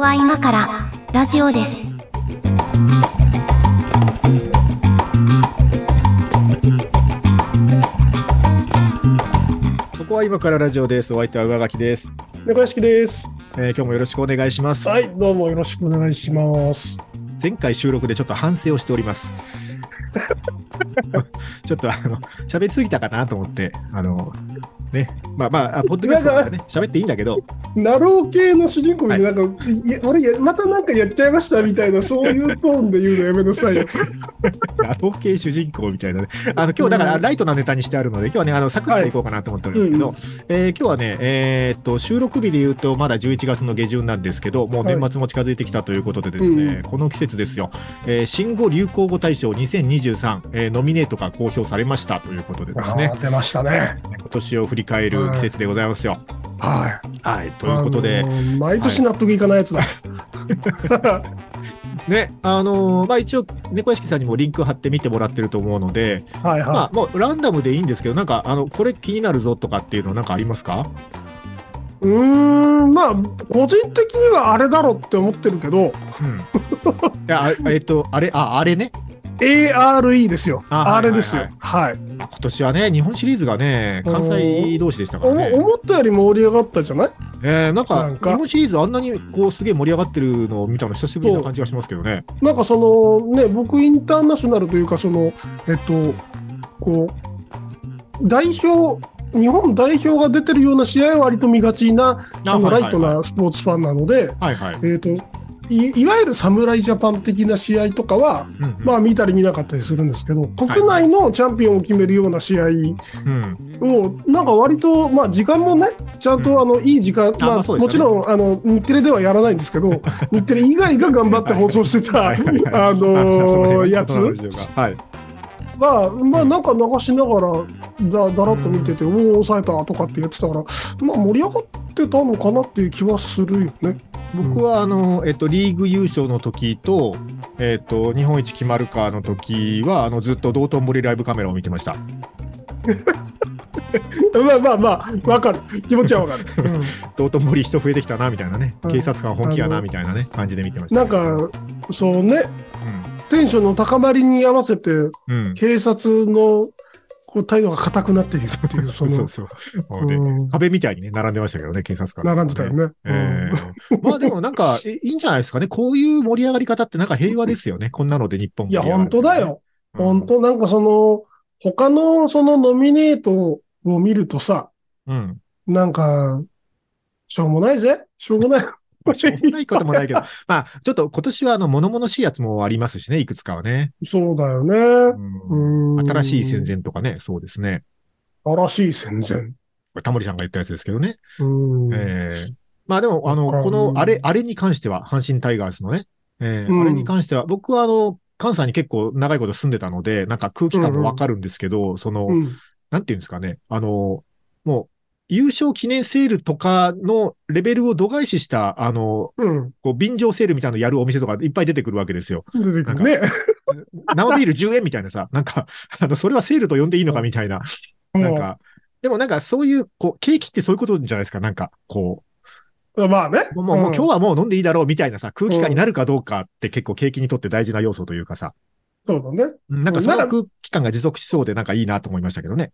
は今からラジオです。ここは今からラジオです。お相手は上垣です、猫屋敷です。えー今日もよろしくお願いします。はい、どうもよろしくお願いします。前回収録でちょっと反省をしており ます。ちょっとあの喋りすぎたかなと思って、あのね、まあまああ、ポッドキャストだからね、喋 っていいんだけど、ナロー系の主人公みたいな、なんか、いや俺や、またなんかやっちゃいましたみたいな、そういうトーンで言うのやめなさいよ。アト系主人公みたいなね、あの今日だからうんライトなネタにしてあるので、今日はね、あのサクッといこうかなと思っておりますけど、はえー今日はね、えーっと収録日で言うと、まだ11月の下旬なんですけど、もう年末も近づいてきたということで、ですね、はいうんこの季節ですよ、えー新語・流行語大賞2023、えーノミネートが公表されましたということでですねあ、ー出ましたね。今年を振り返る季節でございますよ。はい。はい、ということであ、のー毎年納得いかないやつだ。ね、あのーまあ、一応、猫屋敷さんにもリンク貼ってみてもらってると思うので、はい、まはあ、もうランダムでいいんですけど、なんか、あのこれ気になるぞとかっていうの、なんかありますかい。うーん、まあ、個人的にはあれだろうって思ってるけど、うん、いやあえっと、あれ、ああれね、 ARE ですよ。ああはいれですよ。はいまあ今年はね、日本シリーズがね、関西同士でしたかおらもね、思ったより盛り上がったじゃないえーなんかなんか日本シリーズ、あんなにこうすげえ盛り上がってるのを見たの、久しぶりな感じがしますけどね。なんかそのね僕インターナショナルというかそのえっとこう代表日本代表が出てるような試合は割と見がちなあのライトなスポーツファンなので、はいはい、えっといいわゆる侍ジャパン的な試合とかは、うんうんまあ、見たり見なかったりするんですけど国内のチャンピオンを決めるような試合うんをなんか割と、まあ、時間もねちゃんとあのいい時間、あままああそうですよねもちろんあの日テレではやらないんです けど日テレ以外が頑張って放送してた、はいはいはい ああその辺やつそうなんでしょうかはい、は、まあ、なんか流しながらだだらっと見てて、おお抑えたとかってやってたから、まあ、盛り上がってたのかなっていう気はするよね。 僕はあの、えっと、リーグ優勝の時と、えっと、日本一決まるかの時は、あのずっと道頓堀ライブカメラを見てました。まあまあまあわかる気持ちはわかる。うん道頓堀人増えてきたなみたいなね、うん警察官本気やあなのみたいなね、感じで見てました。なんかそうねうん、テンションの高まりに合わせてうん、警察のこう態度が硬くなっているっていうそそうの。そうそう。もうねうん壁みたいにね、並んでましたけどね、警察官。並んでたよね。ええまあでもなんか、えいいんじゃないですかね。こういう盛り上がり方ってなんか平和ですよね。こんなので日本うんもいや、盛り上が本る当だ。よ。うん本。当なんかその、他のそのノミネートを見るとさ、うん。なんか、しょうもないぜ。しょうもない。 まあ、そんな言い方もないけど、まあ、ちょっと今年はあの、物々しいやつもありますしね、いくつかはね。そうだよね。ううんん新しい戦。前とかね、そうですね。新しい戦前。これタモリさんが言ったやつですけどね。うんええまあでも、あのそっ、かこの、あれ、あれに関しては、阪神タイガースのね、ええうんあれに関しては、僕はあの、関西に結構長いこと住んでたので、なんか空気感もわかるんですけど、その、うんなんていうんですかね、あの、もう、優勝記念セールとかのレベルを度外視した、あの、うん。こう便乗セールみたいなのやるお店とかいっぱい出てくるわけですよ。出てくるね。生ビール10円みたいなさ、 なんか、あの、それはセールと呼んでいいのかみたいな、なんか、でもなんかそういう、こう、景気ってそういうことじゃないですか、なんか、こもうまあね。う、もう、もうもう今日日。はもう飲んでいいだろうみたいなさ、空気う感んになるかどうかって結構景気にとって大事な要素というかさ、そうだね。なんかうんそのなんか空気感が持続しそうでなんかいいなと思いましたけどね。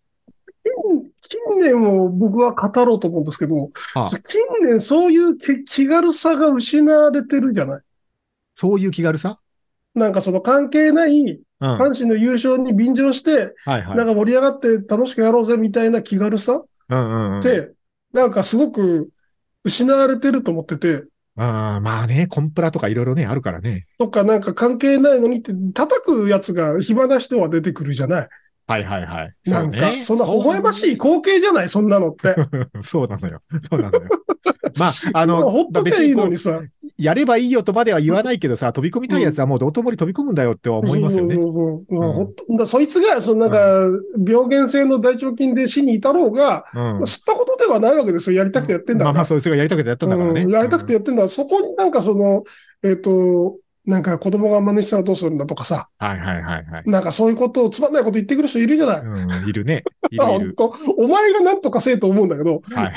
近年を僕は語ろうと思うんですけど、あ近年そういう気気軽さが失われてるじゃないそういう気軽さなんかその関係ないうん。はい阪神の優勝に便乗して、はい。なんか盛り上がって楽しくやろうぜみたいな気軽さうんうんうんって、なんかすごく失われてると思ってて、あーまあね、コンプラとかいろいろね、あるからね。とかなんか関係ないのにって叩くやつが暇な人は出てくるじゃない。はいはいはい。なんそうか、ねそんな微笑ましい。光景じゃない、そんなのって。 そうなのよ。そうなの よ。まあ、あの、ほっとけばいいのにさ。やればいいよとまでは言わないけどさ、飛び込みたいやつはもう道頓堀飛び込むんだよっては思いますよねそ。うそうそううんほっとだそいつが、そのなんか、病原性の大腸菌で死に至ろうが、うん。知ったことではないわけですよ。やりたくてやってんだまあからまあ、。そういう人がやりたくてやったんだからね。うんやりたくてやってんだ、そこになんかその、えっ、と、なんか子供が真似したらどうするんだとかさ、うん。はいはいはいはい。なんかそういうことをつまんないこと言ってくる人いるじゃない。うん、いるね。いあるい本る。当お前がなんとかせえと思うんだけど、はい。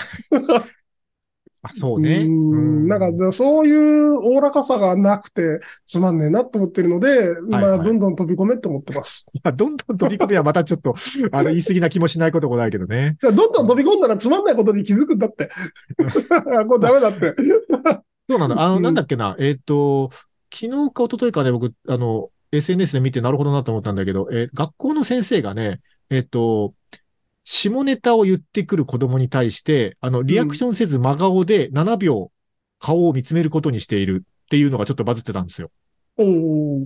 あそうね。ううんんなんか、そういうおおらかさがなくて、つまんねえなと思ってるので、はいまあ、どんどん飛び込めと思って ます。まあどんどん飛び込みはまたちょっと、あの、言い過ぎな気もしないこともないけどね。だからどんどん飛び込んだらつまんないことに気づくん だって。これダメだって。そうなの。あうの、んなんだっけな。えっと、昨日か一昨日かね、僕、あの、SNS で見てなるほどなと思ったんだけど、えー学校の先生がね、えっと、下ネタを言ってくる子供に対して、あの、リアクションせず真顔で7秒顔を見つめることにしているっていうのがちょっとバズってたんですよ。お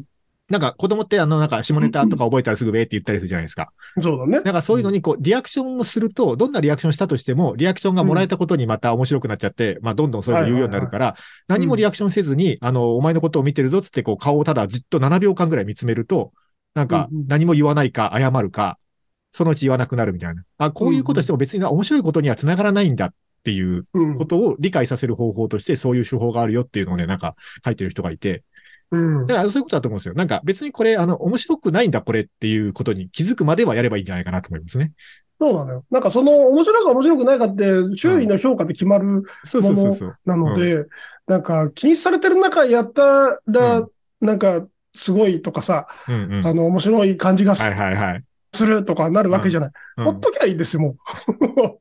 なんか子供ってあの、なんか下ネタとか覚えたらすぐべーって言ったりするじゃないですか。ーそうだね。なんかそういうのにこう、リアクションをすると、どんなリアクションしたとしても、リアクションがもらえたことにまた面白くなっちゃって、まあどんどんそういうの言うようになるから、いはい何もリアクションせずに、あの、お前のことを見てるぞっつってこう、顔をただじっと7秒間ぐらい見つめると、なんかうんうん何も言わないか、謝るか、そのうち言わなくなるみたいな。あ、こういうことしても別に面白いことには繋がらないんだっていううんことを理解させる方法として、そういう手法があるよっていうのをね、なんか書いてる人がいて、うんだからそういうことだと思うんですよ。なんか別にこれ、あの、面白くないんだこれっていうことに気づくまではやればいいんじゃないかなと思いますね。そうなのよ。なんかその面白いか面白くないかって周囲の評価で決まるそうそうそうそう。なので、なんか禁止されてる中やったら、うんなんかすごいとかさ、うんうん。はあの面白い感じがす,、いはいはい。るとかなるわけじゃない。うんほっときゃいいんですよ、も う。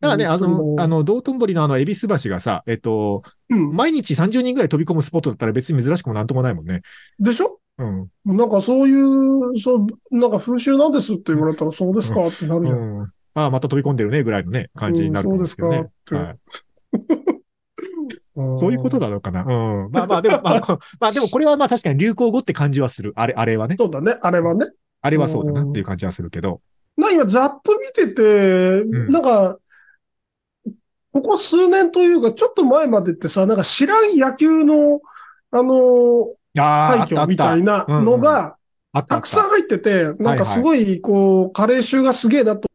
だからね、あの本、当あにもの、道頓堀のあの、恵比寿橋がさ、えっと、ううん毎日30人ぐらい飛び込むスポットだったら別に珍しくもなんともないもんね。でしょうん。なんかそういう、そう、なんか風習なんですって言われたらそうですかってなるじゃん。うん。ああ、また飛び込んでるね、ぐらいのね、感じになると思うんですけどうんねそう。ですかはいそういうことだ。なのかな。うん。まあまあ、でも、まあ、こまあでもこれはまあ確かに流行語って感じはする。あれ、あれはね。そうだね、あれはね。あれはそうだなっていう感じはするけど。なんか今、ざっと見てて、んなんか、ここ数年というか、ちょっと前までってさ、なんか知らん野球の、あの、ああ、あっ快たあ挙っみた。たあいっなうんうんのが、たあたっくさんた。入ってて、なんかすごい、こう、加齢臭がすげえなと、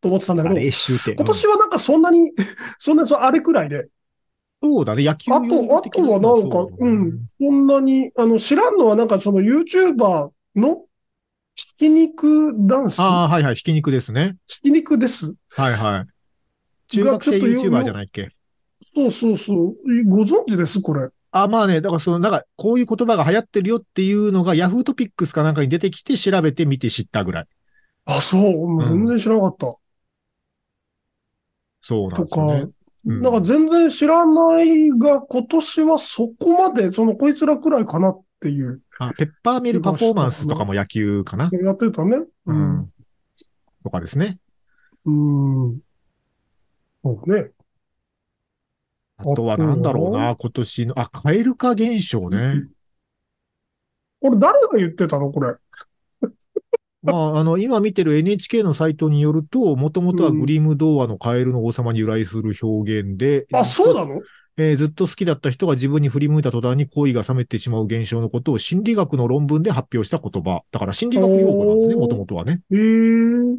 と思ってたんだけあど、れ、一周って。今年はなんかそんなに、 そんなに、そうあれくらいで、うんそうだね、野球あと、あとはなんか、うん、そんなに、あの、知らんのはなんかその YouTuber のひき肉ダンスああ、はいはい、ひき肉ですね。ひき肉です。はいはい。中が学ちょ生っと YouTuber じゃないっけそうそうそう。ご存知ですこれ。あ、まあね、だからその、なんか、こういう言葉が流行ってるよっていうのが、ヤフートピックスかなんかに出てきて調べてみて知ったぐらい。あ、そう。もう全然知らなかった。そうなんとですか、よね。うんなんか全然知らないが、今年はそこまで、そのこいつらくらいかなっていう。あペッパーミルパフォーマンスとかも野球かな。やってたね。ううん。ん。とかですね。うん。そうね。あとはなんだろうな、今年の、あ、カエル化現象ね。これ誰が言ってたのこれ。まあ、あの、今見てる NHK のサイトによると、もともとはグリム童話のカエルの王様に由来する表現で、あ、そうなのえーずっと好きだった人が自分に振り向いた途端に好意が冷めてしまう現象のことを心理学の論文で発表した言葉。だから心理学用語なんですね、おーもともとはね。へえ。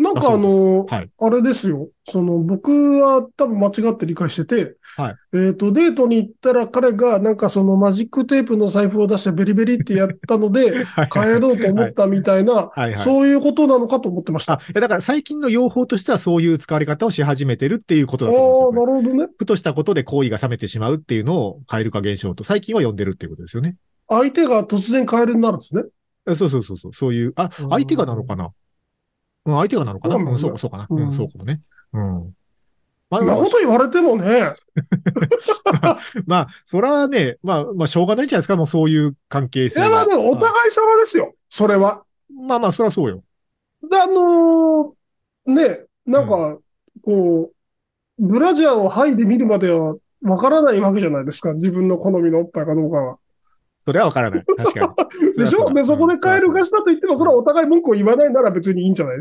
なんかあの、あそうですあれですよ。その、僕は多分間違って理解してて、はいえっ、と、デートに行ったら彼がなんかそのマジックテープの財布を出してベリベリってやったの で、帰ろうと思ったみたいな、はいはい。そういうことなのかと思ってましあ、た。いやだから最近の用法としてはそういう使われ方をし始めてるっていうことああだー、となる思うんでほすよ。どね。ふとしたことで好意が冷めてしまうっていうのをカエル化現象と最近は呼んでるっていうことですよね。相手が突然カエルになるんですね。あそうそうそうそう。そういう、あ、うん相手がなのかなうん、相手がなのかなそうなんうだん、そうか、そうかな。う、うんんそうかもね。うん。まあそんなこと言われてもね、まあ、それはね、まあ、まあ、しょうがないんじゃないですか、もうそういう関係い性は。や、まあでもおうん互い様ですよ。それは。まあまあ、そりゃそうよ。で、あのーね、なんか、こう、ブラジャーを剥いで見るまではわからないわけじゃないですか。自分の好みのおっぱいかどうかは。それはわから ない。確かに。でしょで、そこでカエルがしたと言っても、それはお互い文句を言わないなら別にいいんじゃない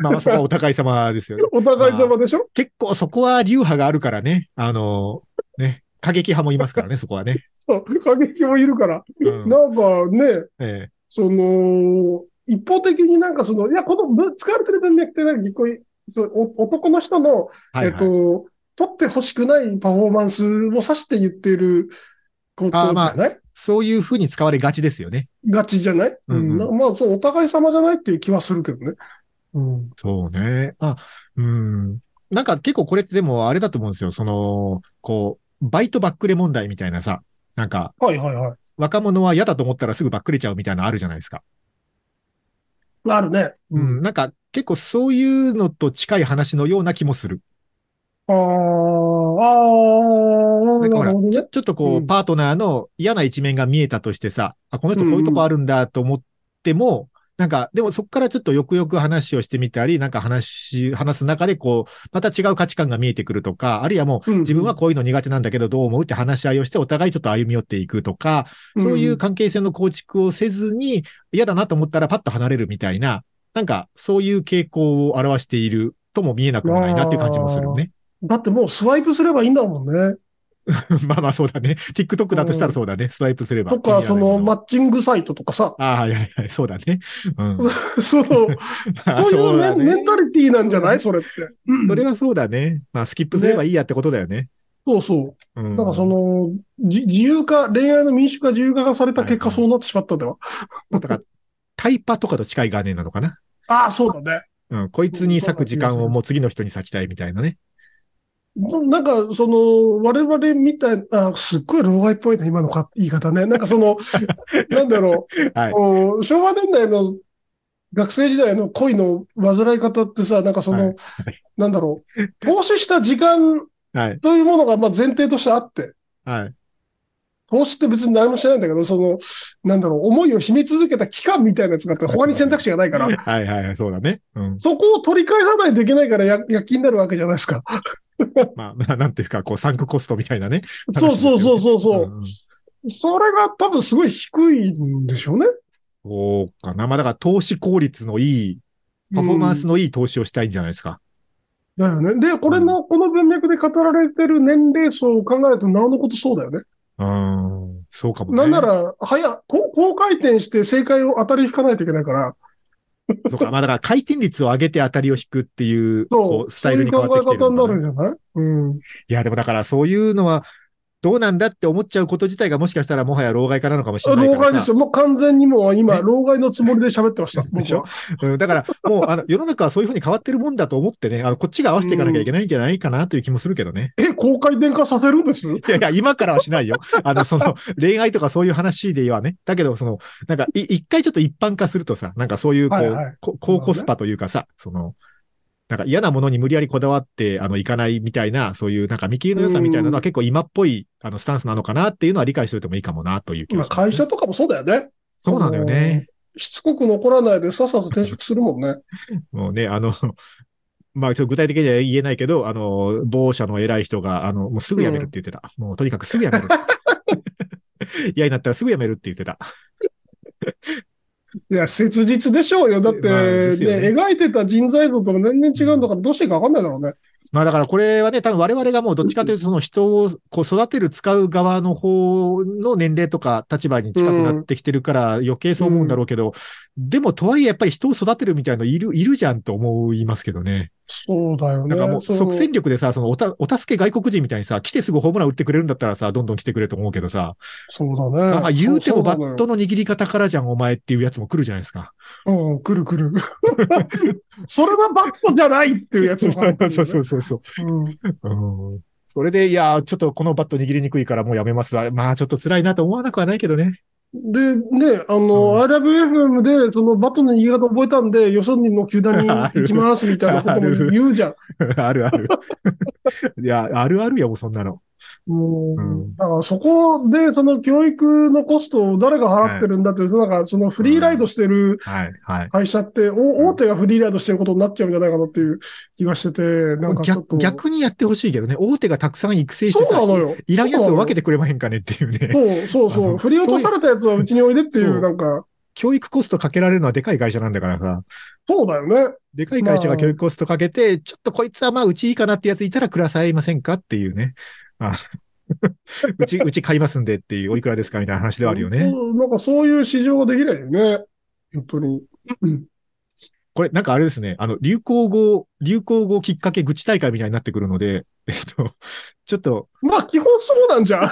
まあまあ、そこはお互い様です よね。お互い様でしょ結構そこは流派があるからね。あのね、過激派もいますからね、そこはね。そう、過激もいるから。うんなんかね、ええその、一方的になんかその、いや、このぶ、使われてる文脈ってなんか結構い、そうお男の人の、はいえっはい。と、取ってほしくないパフォーマンスを指して言ってることじあーゃまあないそういうふうに使われがちですよね。がちじゃない、ううんうんんなまあ、そう、お互い様じゃないっていう気はするけどね。うん。そうね。あ、うん。なんか結構これってでもあれだと思うんですよ。その、こう、バイトバックレ問題みたいなさ、なんか、はいはいはい。若者は嫌だと思ったらすぐバックレちゃうみたいなのあるじゃないですか。あるね。う。ん。なんか結構そういうのと近い話のような気もする。ああ、ああ、なんかほなら、るほどちょね。ちょっとこうう、んパートナーの嫌な一面が見えたとしてさ、あ、この人こういうとこあるんだと思っても、なんか、でもそこからちょっとよくよく話をしてみたり、なんか話し、話す中でこう、また違う価値観が見えてくるとか、あるいはもう、うん自分はこういうの苦手なんだけどどう思うって話し合いをして、お互いちょっと歩み寄っていくとか、そういう関係性の構築をせずに、嫌だなと思ったらパッと離れるみたいな、なんか、そういう傾向を表しているとも見えなくもないなっていう感じもするよね。だってもうスワイプすればいいんだもんね。 まあまあそうだね。TikTok だとしたらそうだね。スワイプすれば。とか、そのマま、ッチングサイトとかさ、 ああ、はいはいはい、そうだね。うん。その、まあといそううだメンねメンタリティなんじゃないそれって。それはそうだね。まあスキップすればいいやってことだよね。そうそう。うん。なんかその、じ自由化、恋愛の民主化、自由化がされた結は果いはいそうなってしまったんだよ。だから、タイパとかと近い概念なのかな。ああ、そうだね。うん。こいつに割く時間をもう次の人に割きたいみたいなね。なんか、その、我々みたいな、あすっごい老害っぽいな、今のか言い方ね。なんか その、なんだろ、。はいうお昭和年代の学生時代の恋の煩い方ってさ、なんかその、はいなんだろう、投資した時間はい。というものがまあ前提としてあって、はい。投資って別に何もしてないんだけど、その、なんだろう、思いを秘め続けた期間みたいなやつがあって、他に選択肢がないから、はいはいはい、そうだね。うん。そこを取り返さないといけないからや、躍起になるわけじゃないですか。まあまあ、なん ていうか、こう、サンクコストみたいなね。そうそうそうそう そうう。んそれが多分すごい低いんでしょうね。そうかな。まあだから投資効率のいい、パフォーマンスのいい投資をしたいんじゃないですか。だよね。で、これの、この文脈で語られてる年齢層を考えると、なおのことそうだよね。うん。そうかもね。なんなら、早、高高回転して正解を当たり引かないといけないから、そうか。まあだから回転率を上げて当たりを引くっていう、こそうう、スそタうイルいうに変考わってえきてるの方かにななるんじゃないうん。いや、でもだからそういうのは、どうなんだって思っちゃうこと自体がもしかしたらもはや老害化なのかもしれないか老らさ。害ですよ。もう完全にもう今、ね老害のつもりで喋ってました。でし僕ょは。うんだから、もう、あの、世の中はそういうふうに変わってるもんだと思ってね、あの、こっちが合わせていかなきゃいけないんじゃないかなという気もするけどね。え、高回転化させるんですいやいや、今からはしないよ。 あの、その、恋愛とかそういう話ではね。だけど、その、なんか、い一回ちょっと一般化するとさ、なんかそういう、こう、はいはいこ高コスパというかさ、その、なんか嫌なものに無理やりこだわって、あの、いかないみたいな、そういうなんか見切りの良さみたいなのは結構今っぽい、あの、スタンスなのかなっていうのは理解しておいてもいいかもな、という気が今、します会社とかもそうだよね。そうなんだよね。しつこく残らないで、さっさと転職するもんね。もうね、あの、 まあ、ちょっと具体的には言えないけど、あの、某社の偉い人が、あの、もうすぐ辞めるって言ってた。もうとにかくすぐ辞 める。嫌になったらすぐ辞めるって言ってた。いや、切実でしょうよ。だって、まあですよねね、描いてた人材像とも全然違うんだから、どうしていいか分かんないだろうね。まあだからこれはね、多分我々がもうどっちかというとその人をこう育てる使う側の方の年齢とか立場に近くなってきてるから余計そう思うんだろうけど、でもとはいえやっぱり人を育てるみたいのいる、いるじゃんと思いますけどね。そうだよなね。んかもうその即戦力でさ、そのおた、お助け外国人みたいにさ、来てすぐホームラン打ってくれるんだったらさ、どんどん来てくれと思うけどさ、そうだね。なんか言うてもバットトの握り方からじゃんお前っていうやつも来るじゃないですか。うん、来る来る。 それはバットじゃないっていうやつそうもあるよ ねそうそうそう。うんうんそれで、いやー、ちょっとこのバット握りにくいからもうやめますわ。まあ、ちょっと辛いなと思わなくはないけどね。 で、ね、あうんの、ILOVEFM で、そのバットの言い方覚えたんで、よその 球団に行きますみたいなことも言うじゃん。あるある。 いや、あるあるよ、もうそんなの。もうう、んだからそこで、その教育のコストを誰が払ってるんだって、なんかそのフリーライドしてるはい、はい。会社って、お大手がフリーライドしてることになっちゃうんじゃないかなっていう気がしてて、なんかちょっと。逆逆にやってほしいけどね、大手がたくさん育成してそうさな、のよ。いらんやつを分けて。てくれまへんかねっていうね。そうそうあそのう。振り落とされたやつはうちにおいでっていそうう、なんか、教育コストかけられるのはでかい会社なんだからさ、そうだよね。でかい会社が教育コストかけて、ちょっとこいつはまあ、うちいいかなってやついたらくださいませんかっていうね。あ うち、うち買いますんでっていう、おいくらですかみたいな話ではあるよね。うんなんかそういう市場ができないよね。本当に。これ、なんかあれですね。あの、流行語、流行語きっかけ愚痴大会みたいになってくるので、えっと、ちょっと、まあ、基本そうなん じゃん。あ、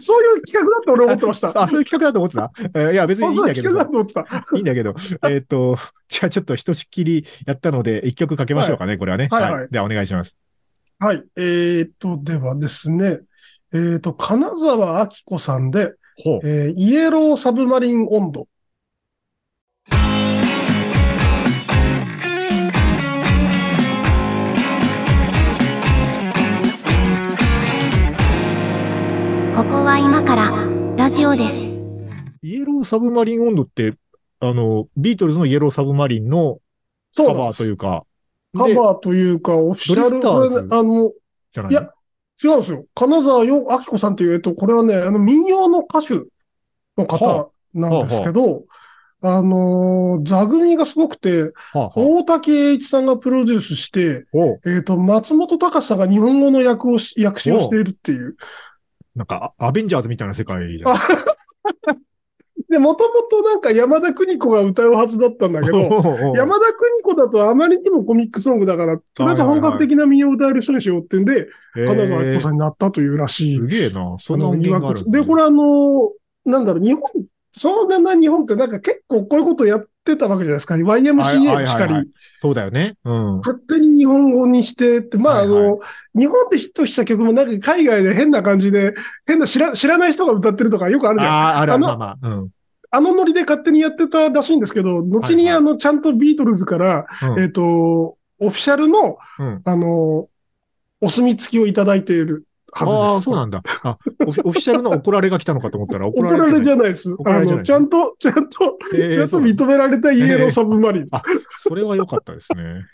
そういう企画だって俺思ってました。あ、そういう企画だと思ってたえーいや、別にいいんだけどそういう企画ださ。と思ってた。いいんだけど。えっと、じゃあちょっとひとしきりやったので、一曲かけましょうかね、これはね。はいはいではお願いします。はい。えーっと、ではですね。えーっと、金沢明子さんで、ほう。えーイエローサブマリン温度。ここは今からラジオです。イエローサブマリン温度って、あの、ビートルズのイエローサブマリンのそカうなんバでーとすいうか、カでバーというか、オフィシドリャル、フタこーズれね、あの、じゃないいや違うんですよ。金沢よ、明子さんっていう、えっと、これはね、あの、民謡の歌手のは方なんですけど、あのー座組がすごくて、はあはあ大竹栄一さんがプロデュースして、ほう。えっ、と、松本隆さんが日本語の役をし、役詞をしているっていう。なんか、アアベンジャーズみたいな世界じゃん。で、もともとなんか山田邦子が歌うはずだったんだけど、 おうおう山田邦子だとあまりにもコミックソングだから、とりあえず本格的な民謡を歌える人にしようってんで、へー金沢明子さんになったというらしい。すげえな。そあんなの音いわ源があくるんだで、これあの、なんだろう、日本、そうだな日本ってなんか結構こういうことやってたわけじゃないですか。はいはいはいは YMCA いしかり、そうだよね。うん。勝手に日本語にしてって、まあ、はいはいあの、日本でヒットした曲もなんか海外で変な感じで、変な知ら知らない人が歌ってるとかよくあるじゃん。あああー、あるあるあのまあまあ。うん。うんのノリで勝手にやってたらしいんですけど、後はいにはいあの、ちゃんとビートルズから、えっ、と、オフィシャルの、うん。あの、お墨付きをいただいているはずです。ああ、そうなんだ。あ、 オフィオフィシャルの怒られが来たのかと思ったら怒怒られられじゃゃないです。怒らあれじゃないの、ちゃんと、ちゃんと、えーちゃんと認められたイエローサブマリン。あそれは良かったですね。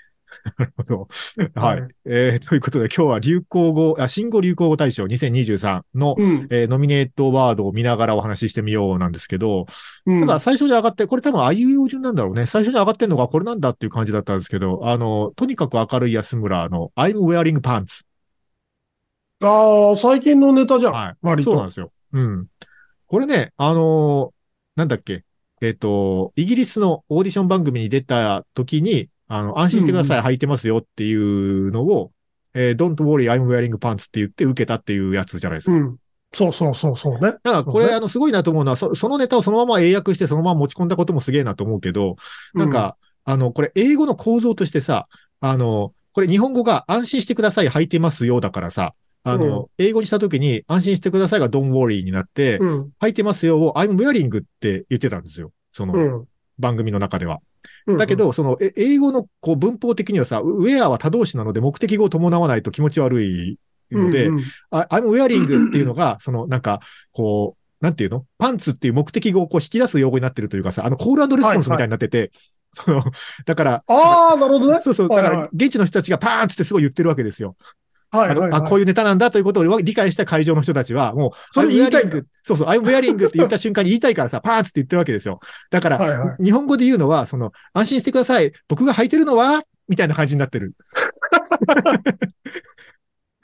なるほど。はい。えーということで今日は流行語、あ新語流行語大賞2023の、うん。えーノミネートワードを見ながらお話ししてみようなんですけど、うんただ最初に上がって、これ多分あいうえお順なんだろうね。最初に上がってんのがこれなんだっていう感じだったんですけど、あの、とにかく明るい安村の I'm wearing pants。ああ、最近のネタじゃん。はい割そうなんと。ですよ。うん。これね、あのーなんだっけ。えっ、と、イギリスのオーディション番組に出た時に、あの、安心してください、履いてますよっていうのを、えー don't worry, I'm wearing pants って言って受けたっていうやつじゃないですうか。ん。そうそうそうそうね。だからこれ、そうねあの、すごいなと思うのはそ、そのネタをそのまま英訳してそのまま持ち込んだこともすげえなと思うけど、なんか、あの、これ英語の構造としてさ、あの、これ日本語が安心してください、履いてますよだからさ、あの、英語にしたときに安心してくださいが don't worry になって、うん、うん。履いてますよを I'm wearing って言ってたんですよ。そうのん。番組の中では。うん。だけど、そのえ英語のこう文法的にはさ、ウェアは多動詞なので目的語を伴わないと気持ち悪いうん、ので、うん、あ I'm wearing っていうのが、そのなんか、こう、なんていうのパンツっていう目的語をこう引き出す用語になってるというかさ、あのコールレスポンスみたいになってて、その、だから、ああ、なるほどね。そうそう、だはいかはいら現地の人たちがパーンつってすごい言ってるわけですよ。はいあはい、のはい。あ、こういうネタなんだということを理解した会場の人たちは、もう、それ言いたい I'm んだ wearing そうそう、I'm wearing って言った瞬間に言いたいからさ、パーンつって言ってるわけですよ。だから、はいは日本語で言うのは、その、安心してください。僕が履いてるのは、みたいな感じになって る。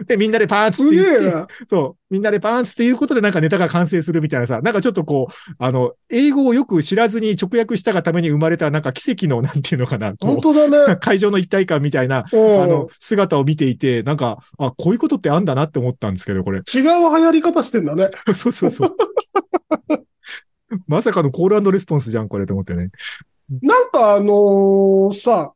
で、みんなでパーンツっすてげえ言って、な。そう、みんなでパーンツっていうことでなんかネタが完成するみたいなさ、なんかちょっとこう、あの、英語をよく知らずに直訳したがために生まれたなんか奇跡の、なんていうのかな、こう本当だ ね。 会場の一体感みたいな、うあんの、姿を見ていて、なんか、あ、こういうことってあんだなって思ったんですけど、これ。 違う流行り方してんだね。そうそうそう。まさかのコールレスポンスじゃん、これと思ってね。なんかあのーさ、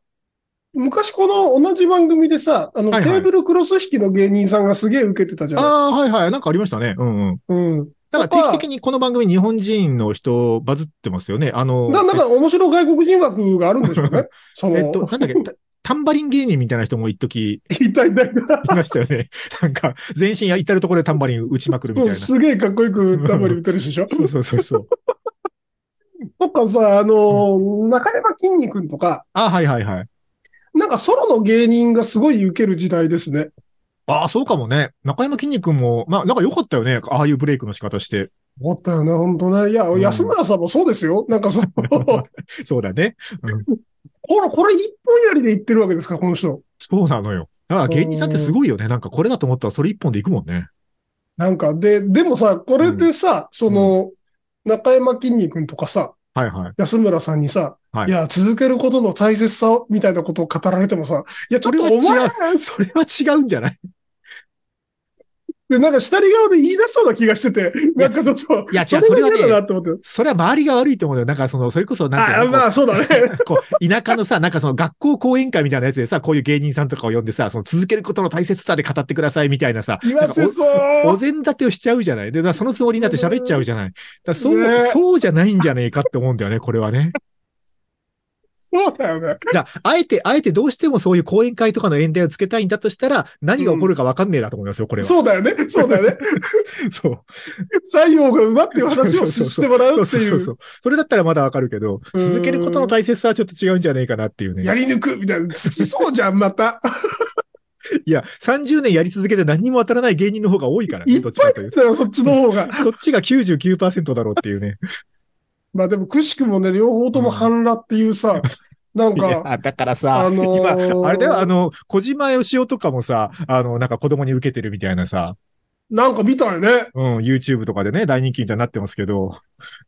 昔この同じ番組でさ、あの、はいはいテーブルクロス引きの芸人さんがすげえ受けてたじゃあん。あ、はいはい。なんかありましたね。うんうん。うん。だから定期的にこの番組日本人の人バズってますよね。あの、な、なんか面白い外国人枠があるんでしょう ね。その、えっと、なんだっけ、タタンバリン芸人みたいな人も一時一体だいましたよね。 なんか、全身至るところでタンバリン打ちまくるみたそ、いうな。すげえかっこよくダブル打てるでしょ。 そうそうそうそう。とかさ、あのー、中山きんに君とか、ああ、はいはいはい。なんかソロの芸人がすごい受ける時代ですね。ああ、そうかもね。中山きんに君も、まあ、なんか良かったよね。ああいうブレイクの仕方して。思ったよね、ほんとね。いや、ん安村さんもそうですよ。なんかその、こそうだね。れ、これ一本やりで言ってるわけですから、この人。そうなのよ。だから芸人さんってすごいよね。なんかこれだと思ったらそれ一本でいくもんね。なんか、で、でもさ、これでさ、その、中山きんに君とかさ、はいはい。安村さんにさ、はいいや、続けることの大切さをみたいなことを語られてもさ、いや、ちょっとおそれは前違、う。それは違うんじゃないで、なんか下り側で言い出しそうな気がしてて、なんかちょっと、いや違うそれがそれはね嫌だなって思って。それは周りが悪いと思うよ。なんかその、それこそ なんてあ、いうのまあそうだね。こう、田舎のさ、なんかその学校講演会みたいなやつでさ、こういう芸人さんとかを呼んでさ、その続けることの大切さで語ってくださいみたいなさ、言わせそう。お膳立てをしちゃうじゃない。で、だからそのつもりになって喋っちゃうじゃない。だからそう、ねそうじゃないんじゃねえかって思うんだよね、これはね。そうだよね。だからあえて、あえてどうしてもそういう講演会とかの演題をつけたいんだとしたら、何が起こるかわかんねえだと思いますよ、これは。そうだよね。そうだよ ね。そう。採用がうまっていう話をそうそうそうししてもらそううってそういそううそ。う。それだったらまだわかるけど、うん続けることの大切さはちょっと違うんじゃねえかなっていうね。やり抜くみたいな。好きそうじゃん、また。いや、30年やり続けて何にも当たらない芸人の方が多いからいね、っどっちぱいかだと いうと。よ、そっちの方が。そっちが99%だろうっていう ね。まあでも、くしくもね、両方とも半裸っていうさ、なんいか、や、だからあさ、のー今、あれだよ、あの、小島よしおとかもさ、あの、なんか子供に受けてるみたいなさ、なんか見たよね。うん、YouTube とかでね、大人気みたいになってますけど、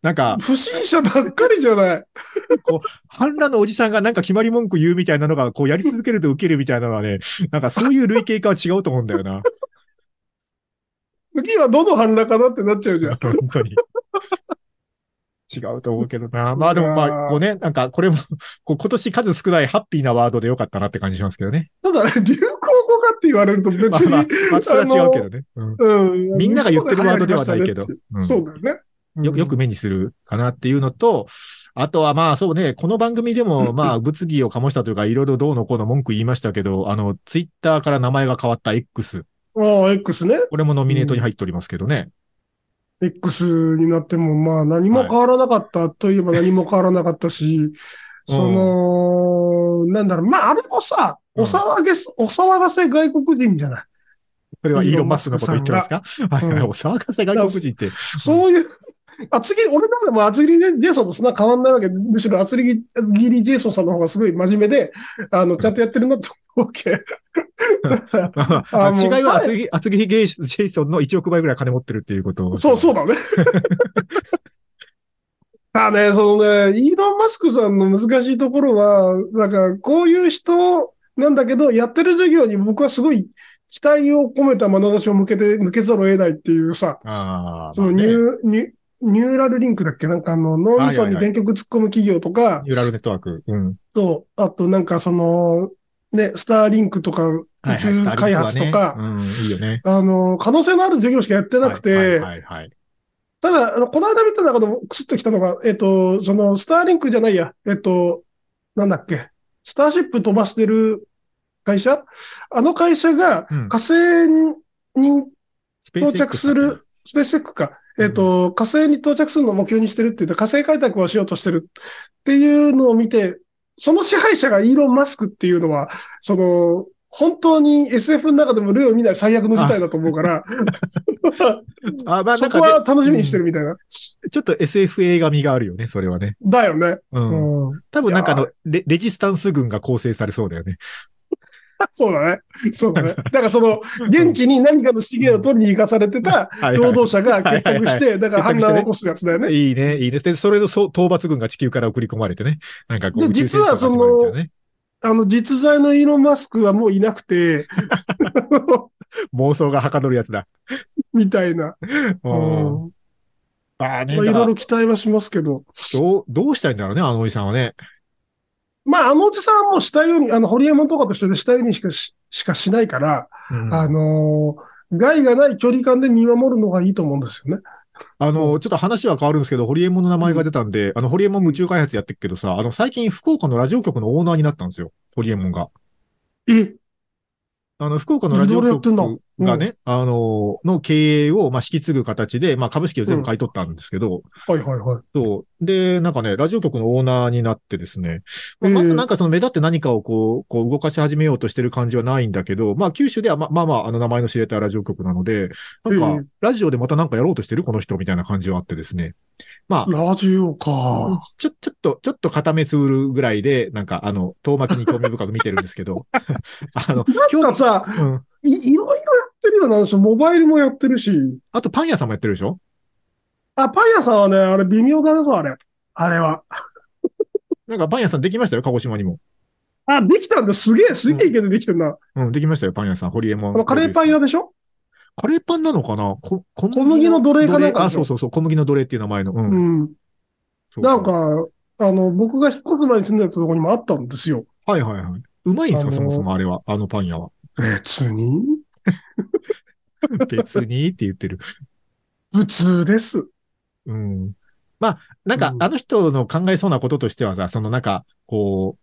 なんか、不審者ばっかりじゃない。反乱のおじさんがなんか決まり文句言うみたいなのが、こうやり続けると受けるみたいなのはね、なんかそういう類型化は違うと思うんだよな。次はどの半裸かなってなっちゃうじゃん。本当に。違うと思うけどな。まあでもまあ、こうね、なんかこれも、 こう今年数少ないハッピーなワードでよかったなって感じしますけど ね。ただね、流行語かって言われるとま別あまあに、、まあ、それは違うけどね。うんうん。みんなが言ってるワードではないけど流行りましたねってうんそうだよね。よよく目にするかなっていうのと、あとはまあそうね、この番組で もまあ物議を醸したというか、いろいろどうのこうの文句言いましたけど、あの、ツイッターから名前が変わった X。ああ、X ね。これもノミネートに入っておりますけどね。 X になっても、まあ何も変わらなかったといえば何も変わらなかったし、その、なんだろう、まああれもさ、お騒げす、お騒がせ外国人じゃない。それはイーロン・マスクのこと言ってますかはん いはがい。うんお騒がせ外国人って。そういう、厚切り、俺なんかも厚切りジェイソンとそんな変わんないわけで、むしろ厚切りジェイソンさんの方がすごい真面目で、あの、ちゃんとやってるなと思うわけ。まああもう違いは厚木、厚木ゲイジェイソンの1億倍ぐらい金持ってるっていうこと。そう、う。そうだね。 あね、そのね、イーロン・マスクさんの難しいところは、なんか、こういう人なんだけど、やってる授業に僕はすごい期待を込めた眼差しを向けて、向けざるを得ないっていうさ、ああ。そのまニあねュー、ニュニューラルリンクだっけなんかあの、脳みそに電極突っ込む企業とか、ニューラルネットワーク。うん。そう、あとなんかその、ね、スターリンクとか、宇はいはい。宙スターリンクはね開発とか、うん、いいよね。あの、可能性のある授業しかやってなくて、はいはいはい。ただ、あのこの間見た中でもクスッときたのが、えっと、その、スターリンクじゃないや、えっと、なんだっけ、スターシップ飛ばしてる会社あの会社がうん火星にスペー到ス X だっ着けする、スペース X か、えっと、火星に到着するのを目標にしてるって言って、火星開拓をしようとしてるっていうのを見て、その支配者がイーロン・マスクっていうのは、その、本当に SF の中でも類を見ない最悪の事態だと思うから、あ、まあなそんかこね、は楽しみにしてるみたいな。ちょっと SF 映画味があるよね、それはね。だよね。うん。うん多分なんかあいの、レレジスタンス軍が構成されそうだよね。そうだね。そうだ ね。だからその、現地に何かの資源を取りに行かされてたはいは労い。働者が結託して、だから反乱を起こすやつだよね。いいね、いいね。で、それのそう討伐軍が地球から送り込まれてね。なんかこう、で宇宙戦争が始まるみたいなね、あの、実在のイーロン・マスクはもういなくて、 妄想がはかどるやつだ。みたいな。ううんん。まあああね、いろだいからろ期待はしますけど。どう、どうしたいんだろうね、あのおじさんはね。まあ、あのおじさんはもうしたように、あの、ホリエモンとかと一緒でしたようにしかししかしないから、うんあのー害がない距離感で見守るのがいいと思うんですよね。あの、ちょっと話は変わるんですけど、ホリエモンの名前が出たんで、あの、ホリエモン宇宙開発やってるけどさ、あの、最近福岡のラジオ局のオーナーになったんですよ、ホリエモンが。え、あの、福岡のラジオいろいろやってんな局がね、あの、の経営を、まあ、引き継ぐ形で、まあ、株式を全部買い取ったんですけど、はいはいはい。そう。で、なんかね、ラジオ局のオーナーになってですね、まあ、ええまずなんかその目立って何かをこう、こう動かし始めようとしてる感じはないんだけど、まあ九州ではままあまああの名前の知れたラジオ局なので、なんえかラジオでまたなんかやろうとしてるこの人みたいな感じはあってですね。まあ、ラジオか。ちょ、ちょっと、ちょっと固めつぶるぐらいで、なんかあの、遠巻きに興味深く見てるんですけ ど、あの、なんかさ、うん。い、いろいろやってるよな、そのモバイルもやってるし。あとパン屋さんもやってるでしょあ、パン屋さんはね、あれ微妙だね、あれ。あれは。なんかパン屋さんできましたよ、鹿児島にも。あ、できたんだ。すげえ、すげえいけでできてるな。うん、できましたよ、パン屋さん、ホリエモン。あの、カレーパン屋でしょカレーパンなのかなこ小小麦の奴隷かなんかあ、でしそょうそうそう、小麦の奴隷っていう名前の。うん。う。そうんそうなん、か、あの、僕が引っ越す前に住んでたとこにもあったんですよ。はいはいはい。うまいんですか、あのーそもそもあれは、あのパン屋は。 別に別にって言ってる。普通です。うん。まあ、なんかう、んあの人の考えそうなこととしてはさ、そのなんか、こう、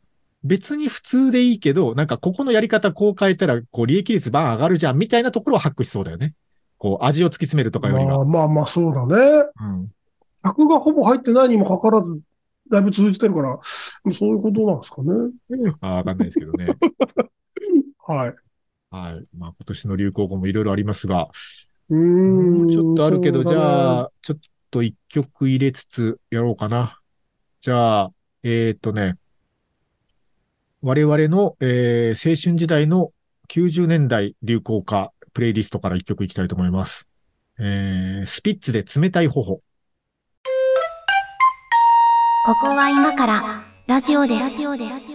別に普通でいいけど、なんかここのやり方こう変えたら、こう利益率バーン上がるじゃん、みたいなところをハックしそうだよね。こう、味を突き詰めるとかまよりは。あまあまあ、そうだね。うん。客がほぼ入ってないにもかかわらず、だいぶ続いてるから、そういうことなんですかね。あーわかんないですけどね。 はい。はい。まあ、今年の流行語もいろいろありますが、うーもん。うちょっとあるけど、じゃあ、あ、ちょっと一曲入れつつやろうかな。じゃあ、えっ、とね、我々の、えー青春時代の90年代流行歌、プレイリストから一曲いきたいと思います。えー、スピッツで冷たいこ頬。 こは今からラジオです。ラジオです。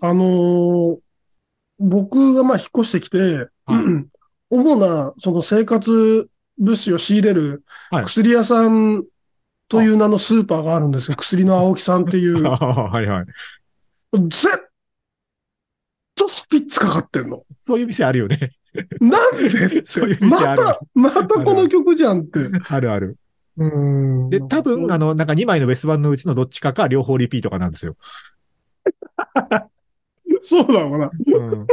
あのー僕がまあ引っ越してきて、はいうん 主なその生活物資を仕入れるはい薬屋さんという名のスーパーがあるんですよ。薬の青木さんっていう。 はいはい。ずっとスピッツかかってんの。そういう店あるよね。 なんでってそういう店まあるた、またこの曲じゃんって。あるある。うんで、多分、あの、なんか2枚のベース版のうちのどっちかか両方リピートかなんです よ。そうだろうな。うん。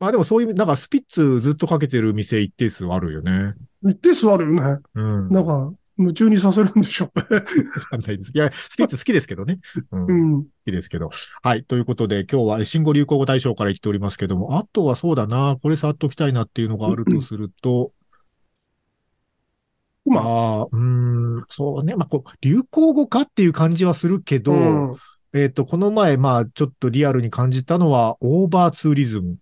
まあでもそういう、なんかスピッツずっとかけてる店一定数あるよね。一定数あるよね。うん。なんか、夢中にさせるんでしょうね。わかんないです。いや、スピッツ好きですけどね。うん、う好ん。きですけど。はい。ということで、今日は新語・流行語大賞から言っておりますけども、あとはそうだな、これ触っときたいなっていうのがあるとすると、ままあ、あ、うーん、そうね。まあ、こう、流行語かっていう感じはするけど、うんえっ、と、この前、まあ、ちょっとリアルに感じたのは、オーバーツーリズム。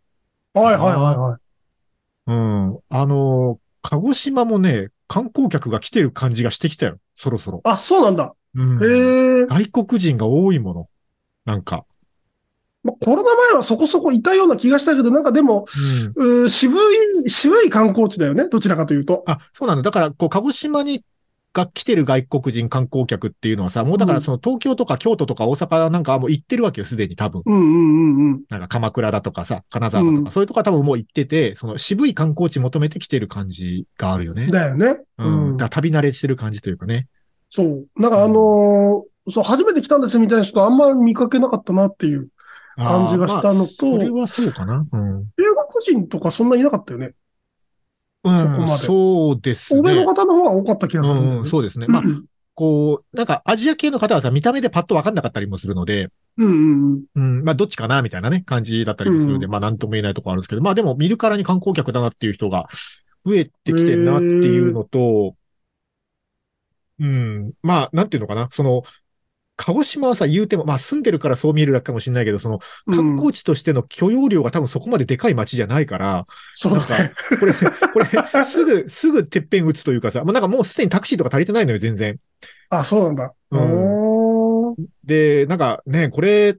はいはいはいはい。うん。あの、鹿児島もね、観光客が来てる感じがしてきたよ。そろそろ。あ、そうなんだ。うんへえ。外国人が多いもの。なんか。まあコロナ前はそこそこいたような気がしたけど、なんかでも、うんうー渋い、渋い観光地だよね。どちらかというと。あ、そうなんだ。だから、こう、鹿児島に、が来てる外国人観光客っていうのはさ、もうだからその東京とか京都とか大阪なんかはもう行ってるわけよ、すでに多分。うんうんうんうん。なんか鎌倉だとかさ、金沢だとか、うんそういうとこは多分もう行ってて、その渋い観光地求めてきてる感じがあるよね。だよね。うん。うんだから旅慣れしてる感じというかね。そう。なんかあのーそう、初めて来たんですみたいな人あんま見かけなかったなっていう。あー感じがしたまのとあそれはそうかな。うん。中国人とかそんないなかったよね。うん、こまでそうですね。欧米の方の方が多かった気がするんだよね、うんうん、そうですね。まあう、んこう、なんかアジア系の方はさ、見た目でパッとわかんなかったりもするので、うんうん。うん、まあ、どっちかなみたいなね、感じだったりもするんで、うまあ、なんとも言えないところあるんですけど、まあ、でも、見るからに観光客だなっていう人が増えてきてるなっていうのと、うん、まあ、なんていうのかな、その、鹿児島はさ、言うても、まあ、住んでるからそう見えるだけかもしれないけど、その、観うん光地としての許容量が多分そこまででかい街じゃないから、そうなんかだね。、これ、 これ、すぐ、すぐてっぺん打つというかさ、もうなんかもうすでにタクシーとか足りてないのよ、全然。あ、そうなんだ。うんおーで、なんかね、これ、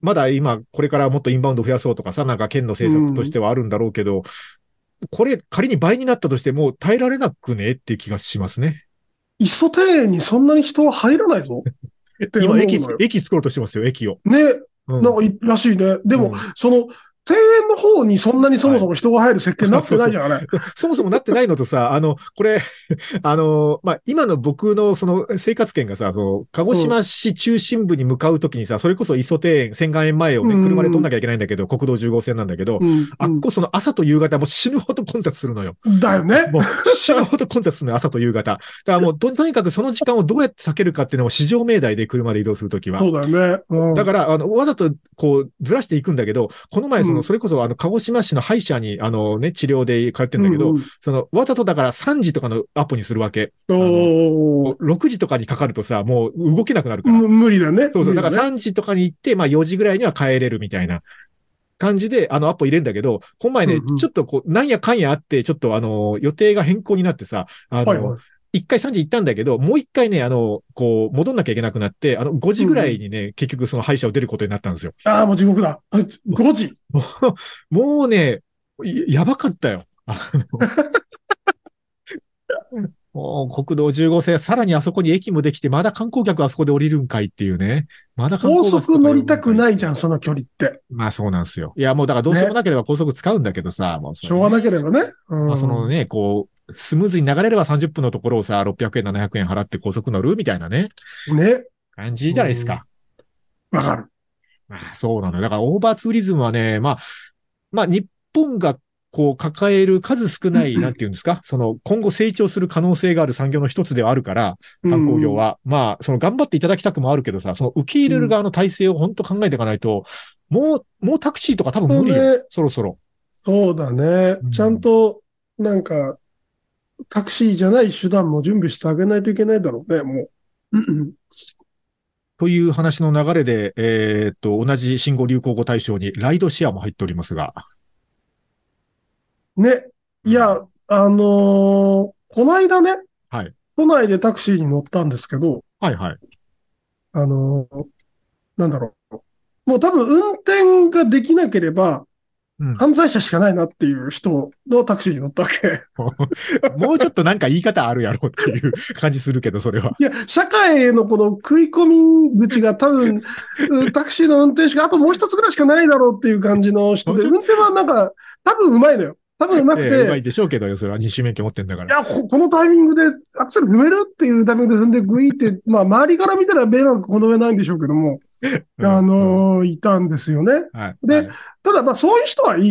まだ今、これからもっとインバウンド増やそうとかさ、なんか県の政策としてはあるんだろうけど、これ仮に倍になったとしても耐えられなくねっていう気がしますね。いっそ庭園にそんなに人は入らな いぞ。って思う今、の駅よ、駅作ろうとしてますよ、駅を。ね、うなんかいらしいね。でも、うんその、庭園の方にそんなにそもそも人が入る設計になってないじゃない。そもそもなってないのとさ、あの、これ、 あの、まあ、今の僕のその生活圏がさ、その、鹿児島市中心部に向かうときにさ、それこそ磯庭園、千貫園前をね、うん車で通んなきゃいけないんだけど、国道15線なんだけど、うんあっこその朝と夕方もう死ぬほど混雑するのよ。うんだよね。もう死ぬほど混雑するのよ、朝と夕方。だからもうと、とにかくその時間をどうやって避けるかっていうのを市場命題で車で移動するときは。そうだよね。うんだから、あの、わざと、こう、ずらしていくんだけど、この前、そうの、んそれこそ、あの、鹿児島市の歯医者に、あのね、治療で通ってんだけど、うんうんその、わざとだから3時とかのアポにするわけ。おー6時とかにかかるとさ、もう動けなくなるから。む無理だね。そうそう。無だ理から3時とかに行って、まあ4時ぐらいには帰れるみたいな感じで、あの、アポ入れんだけど、この前ね、うんうんちょっとこう、なんやかんやあって、ちょっとあの、予定が変更になってさ、あはいのは、一、回3時行ったんだけど、もう一回ね、あの、こう、戻んなきゃいけなくなって、あの、5時ぐらいにね、結局その歯医者を出ることになったんですよ。い。ああ、もう地獄だ。あ5時。もうね、ややばかったよ。あの もう国道15線、さらにあそこに駅もできて、まだ観光客あそこで降りるんかいっていうね。まだ観高光バスと速か乗りたくないじゃん、呼ぶその距離って。かいまあそうなんですよ。いや、もうだからどうしようもなければ高速使うんだけどさ、もうそしれねょうがなければね。うんまあそのね、こう、スムーズに流れれば30分のところをさ、600円、700円払って高速乗るみたいなね、ね。感じじゃないですか。わかる。まあそうなのよ。だからオーバーツーリズムはね、まあ、まあ日本がこう抱える数少 ない、なんていうんですか、その今後成長する可能性がある産業の一つではあるから、観光業は。まあ、その頑張っていただきたくもあるけどさ、その受け入れる側の体制を本当考えていかないと、もう、もうタクシーとか多分無理そうねよ。そろそろ。そうだねうん。ちゃんと、なんか、タクシーじゃない手段も準備してあげないといけないだろうね、もう。うんうんという話の流れで、えーっと、同じ新語流行語大賞にライドシェアも入っておりますが。ね。いや、あのーこないだね、はい都内でタクシーに乗ったんですけど、はいはい。あのーなんだろう。もう多分運転ができなけれうば、ん犯罪者しかないなっていう人のタクシーに乗ったわけ。もうちょっとなんか言い方あるやろっていう感じするけど、それは。いや、社会へのこの食い込み口が多分、 うんタクシーの運転手があともう一つぐらいしかないだろうっていう感じの人で、もうちょっ運転はなんか、多分うまいのよ。多分うまくて、えーうまいでしょうけどよ、それは。二種免許持ってんだかいら。やこ、このタイミングでアクセル踏めるっていうタイミングで踏んでグイって、まあ、周りから見たら迷惑この上ないんでしょうけども、うんあのーいたんですよね。うんはい。ではいただ、まあ、そういう人はいい、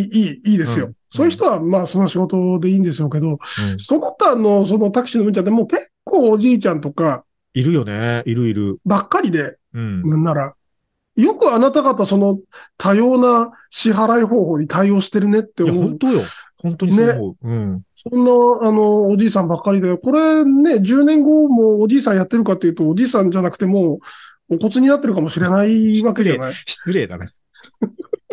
いい、いいですよ。うんそういう人は、まあ、その仕事でいいんでしょうけど、うんその他の、そのタクシーのうんちゃんってもう結構おじいちゃんとかいるよね。いるいる。ばっかりで、うん。なんなら、よくあなた方、その多様な支払い方法に対応してるねっていや、思う本当よ。本当にそう思う。うん。そんな、あの、おじいさんばっかりで、これね、10年後もおじいさんやってるかっていうと、おじいさんじゃなくてもう、お骨になってるかもしれないわけじゃない。失礼だね。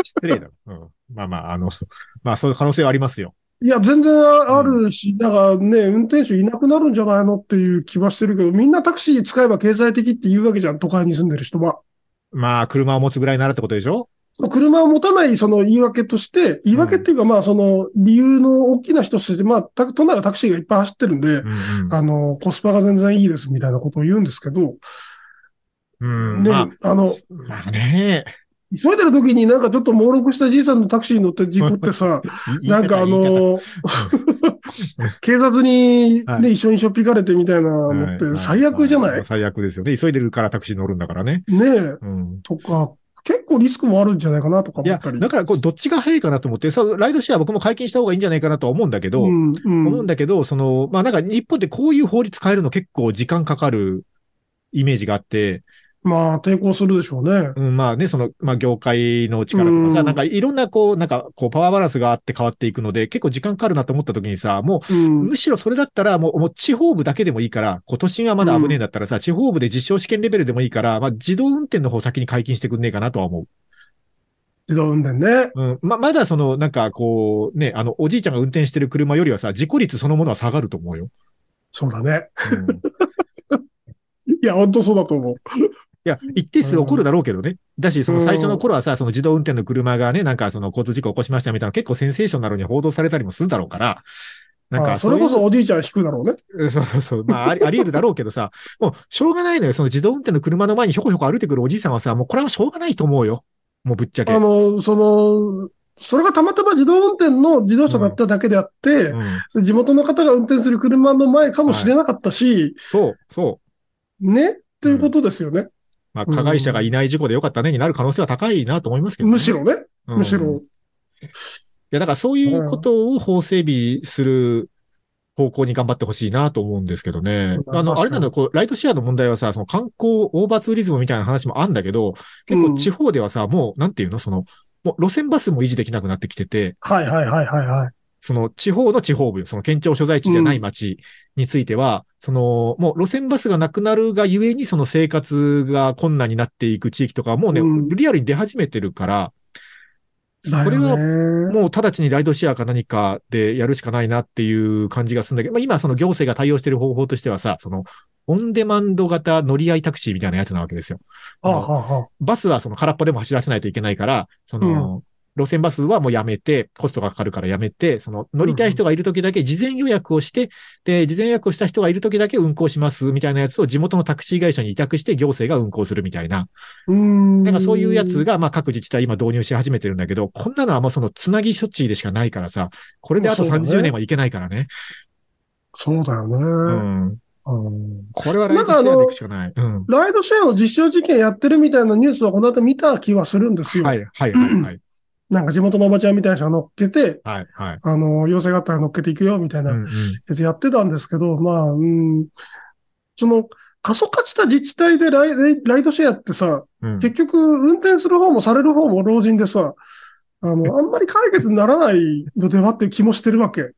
失礼だね。うん。まあまあ、あの、 まあそういう可能性はありますよ。いや、全然あるし、だからね、運転手いなくなるんじゃないのっていう気はしてるけど、みんなタクシー使えば経済的って言うわけじゃん、都会に住んでる人は。まあ、車を持つぐらいならってことでしょその車を持たないその言い訳として、言い訳っていうか、まあ、その理由の大きな一つとして、まあ、た都内はタクシーがいっぱい走ってるんで、うんあの、コスパが全然いいですみたいなことを言うんですけど、うん。うん。ね、まあのあ、、まあね。急いでる時になんかちょっと猛録したじいさんのタクシーに乗って事故ってさ、いなんかあ、言い方の、 警察にはね、一緒にしょっぴかれてみたいなのっはいて最悪じゃはないい最悪ですよね。急いでるからタクシー乗るんだからね。ねえ、うん。とか、結構リスクもあるんじゃないかなとかい思や、ったり。だから、こう、どっちが早いかなと思って、さ、ライドシェア僕も解禁した方がいいんじゃないかなとは思うんだけど、うん、うん。思うんだけど、その、まあなんか日本ってこういう法律変えるの結構時間かかるイメージがあって、まあ、抵抗するでしょうね。うん、まあね、その、まあ業界の力とかさ、うんなんかいろんなこう、なんかこうパワーバランスがあって変わっていくので、結構時間かかるなと思った時にさ、もううん。むしろそれだったら、もう、もう地方部だけでもいいから、こう都心はまだ危ねえんだったらさ、地方部で実証試験レベルでもいいから、まあ自動運転の方先に解禁してくんねえかなとは思う。自動運転ね。うん。ま、まだその、なんかこう、ね、あの、おじいちゃんが運転してる車よりはさ、事故率そのものは下がると思うよ。そうだね。うん、いいや、本当そうだと思う。や、一定数起こるだろうけどね。だし、その最初の頃はさ、その自動運転の車がね、なんかその交通事故起こしましたみたいな結構センセーショナルに報道されたりもするだろうから、なんあかそうれいうこそおじいちゃん引くだろうね。そうそうそう。まあ、あり、 あり得るだろうけどさ、もう、しょうがないのよ。その自動運転の車の前にひょこひょこ歩いてくるおじいさんはさ、もうこれはしょうがないと思うよ。もうぶっちゃけ。あの、その、それがたまたま自動運転の自動車だっただけであって、うん、地元の方が運転する車の前かもしれなかったし、そう、そう。ね、ということですよね。まあ、加害者がいない事故でよかったねになる可能性は高いなと思いますけど、ね、むしろね、うん、むしいろ。や、だからそういうことを法整備する方向に頑張ってほしいなと思うんですけどね。うんあ確かの、にあれなんだよ、こう、ライトシェアの問題はさ、その観光オーバーツーリズムみたいな話もあんだけど、結う構ん地方ではさ、もう、なんていうのその、もう路線バスも維持できなくなってきてて、はいはいはいはいはい。その地方の地方部、その県庁所在地じゃない町については、その、もう路線バスがなくなるがゆえに、その生活が困難になっていく地域とかはもうね、うんリアルに出始めてるから、だこれよはね。もう直ちにライドシェアか何かでやるしかないなっていう感じがするんだけど、まあ今その行政が対応してる方法としてはさ、その、オンデマンド型乗り合いタクシーみたいなやつなわけですよ。はあはあはあバスはその空っぽでも走らせないといけないから、その、路線バスはもうやめて、コストがかかるからやめて、その乗りたい人がいる時だけ事前予約をして、で、事前予約をした人がいる時だけ運行しますみたいなやつを地元のタクシー会社に委託して行政が運行するみたいな。うん。なんかそういうやつが、まあ各自治体今導入し始めてるんだけど、こんなのはもうそのつなぎ処置でしかないからさ、これであとそうだね30年はいけないからね。そうだよね。うん。うんこれはライブシェアでいくしかない。うん。ライドシェアの実証実験やってるみたいなニュースはこの後見た気はするんですよ。はい、はい、はい、はい。なんか地元のおばちゃんみたいな人が乗っけて、はい、はい。あの、要請があったら乗っけていくよ、みたいなうんうんやつやってたんですけど、まあ、うん。その、過疎化した自治体でライライドシェアってさ、うん結局、運転する方もされる方も老人でさ、あの、あんまり解決にならないのではっていう気もしてるわけ。うん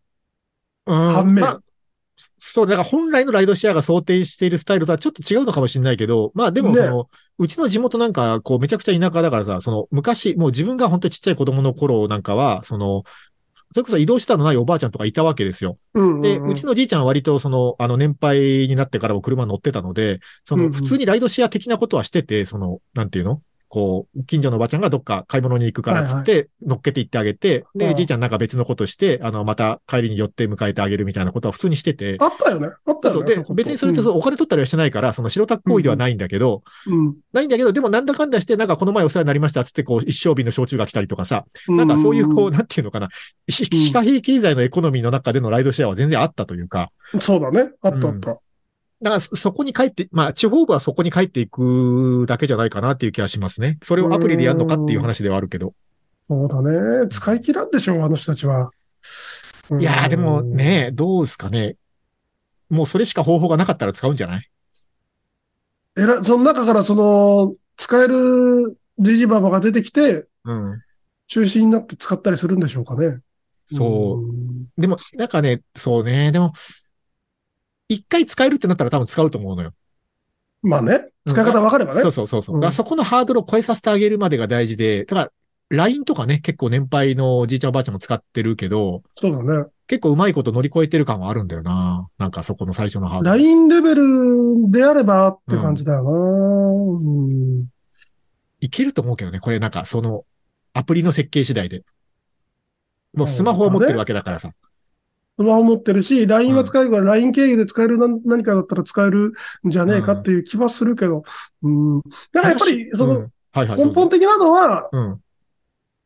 反面まあそう、だから本来のライドシェアが想定しているスタイルとはちょっと違うのかもしれないけど、まあでもねその、うちの地元なんか、こうめちゃくちゃ田舎だからさ、その昔、もう自分が本当にちっちゃい子供の頃なんかは、その、それこそ移動したのないおばあちゃんとかいたわけですよ。うんうんで、うんうちのじいちゃんは割とその、あの、年配になってからも車乗ってたので、そうんうの、ん普通にライドシェア的なことはしてて、その、なんていうのこう、近所のおばちゃんがどっか買い物に行くからっつって、乗っけて行ってあげて、うで、んじいちゃんなんか別のことして、あの、また帰りに寄って迎えてあげるみたいなことは普通にしてて、あったよね。あったそうそよう。ね。でこ、別にそれとうお金取ったりはしてないから、その白タク行為ではないんだけど、ん、ないんだけど、でもなんだかんだして、なんかこの前お世話になりましたっつって、こう、一生日の焼酎が来たりとかさ、うんなんかそういう、こう、んなんていうのかな、ひ非課非経済のエコノミーの中でのライドシェアは全然あったというか、そうだね。あったあった。だからそ、そこに帰って、まあ、地方部はそこに帰っていくだけじゃないかなっていう気がしますね。それをアプリでやるのかっていう話ではあるけど。そうだね。使い切らんでしょう、あの人たちは。うんいやー、でも。ね、どうですかね。もうそれしか方法がなかったら使うんじゃないえら、その中からその、使えるジジババが出てきて、うん。中心になって使ったりするんでしょうかね。。そうう。でも、なんかね、そうね、でも、一回使えるってなったら多分使うと思うのよ。まあね。うん使い方分かればねそう。そうそうそう。うんだからそこのハードルを超えさせてあげるまでが大事で、だから、LINE とかね、結構年配のおじいちゃんおばあちゃんも使ってるけど、そうだね。結構うまいこと乗り越えてる感はあるんだよな。なんかそこの最初のハードル。 LINE レベルであればって感じだよな。うんいけると思うけどね、これなんかその、アプリの設計次第で。もうスマホを持ってるわけだからさ。スマホ持ってるし、LINE は使えるから、LINE 経由で使えるな何かだったら使えるんじゃねえかっていう気はするけど。うん。だからやっぱり、そうんの、、はいはい。根本的なのは、どうぞ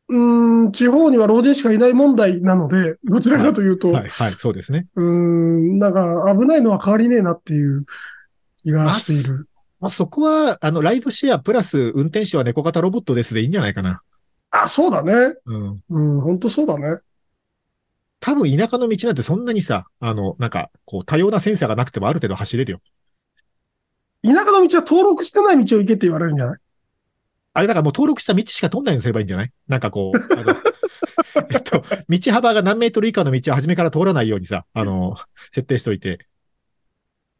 うーん、地方には老人しかいない問題なので、どちらかというと、うん。はいはい、そうですね。うーん、なんか危ないのは変わりねえなっていう気がしている。まあ、そこは、あの、ライドシェアプラス運転手は猫型ロボットですでいいんじゃないかな。あ、そうだね。うん。うん、本当そうだね。多分田舎の道なんてそんなにさ、あの、なんか、こう、多様なセンサーがなくてもある程度走れるよ。田舎の道は登録してない道を行けって言われるんじゃないあれだからもう登録した道しか通んないようにすればいいんじゃないなんかこう、あ の、えっと、道幅が何メートル以下の道は初めから通らないようにさ、あの、設定しといて。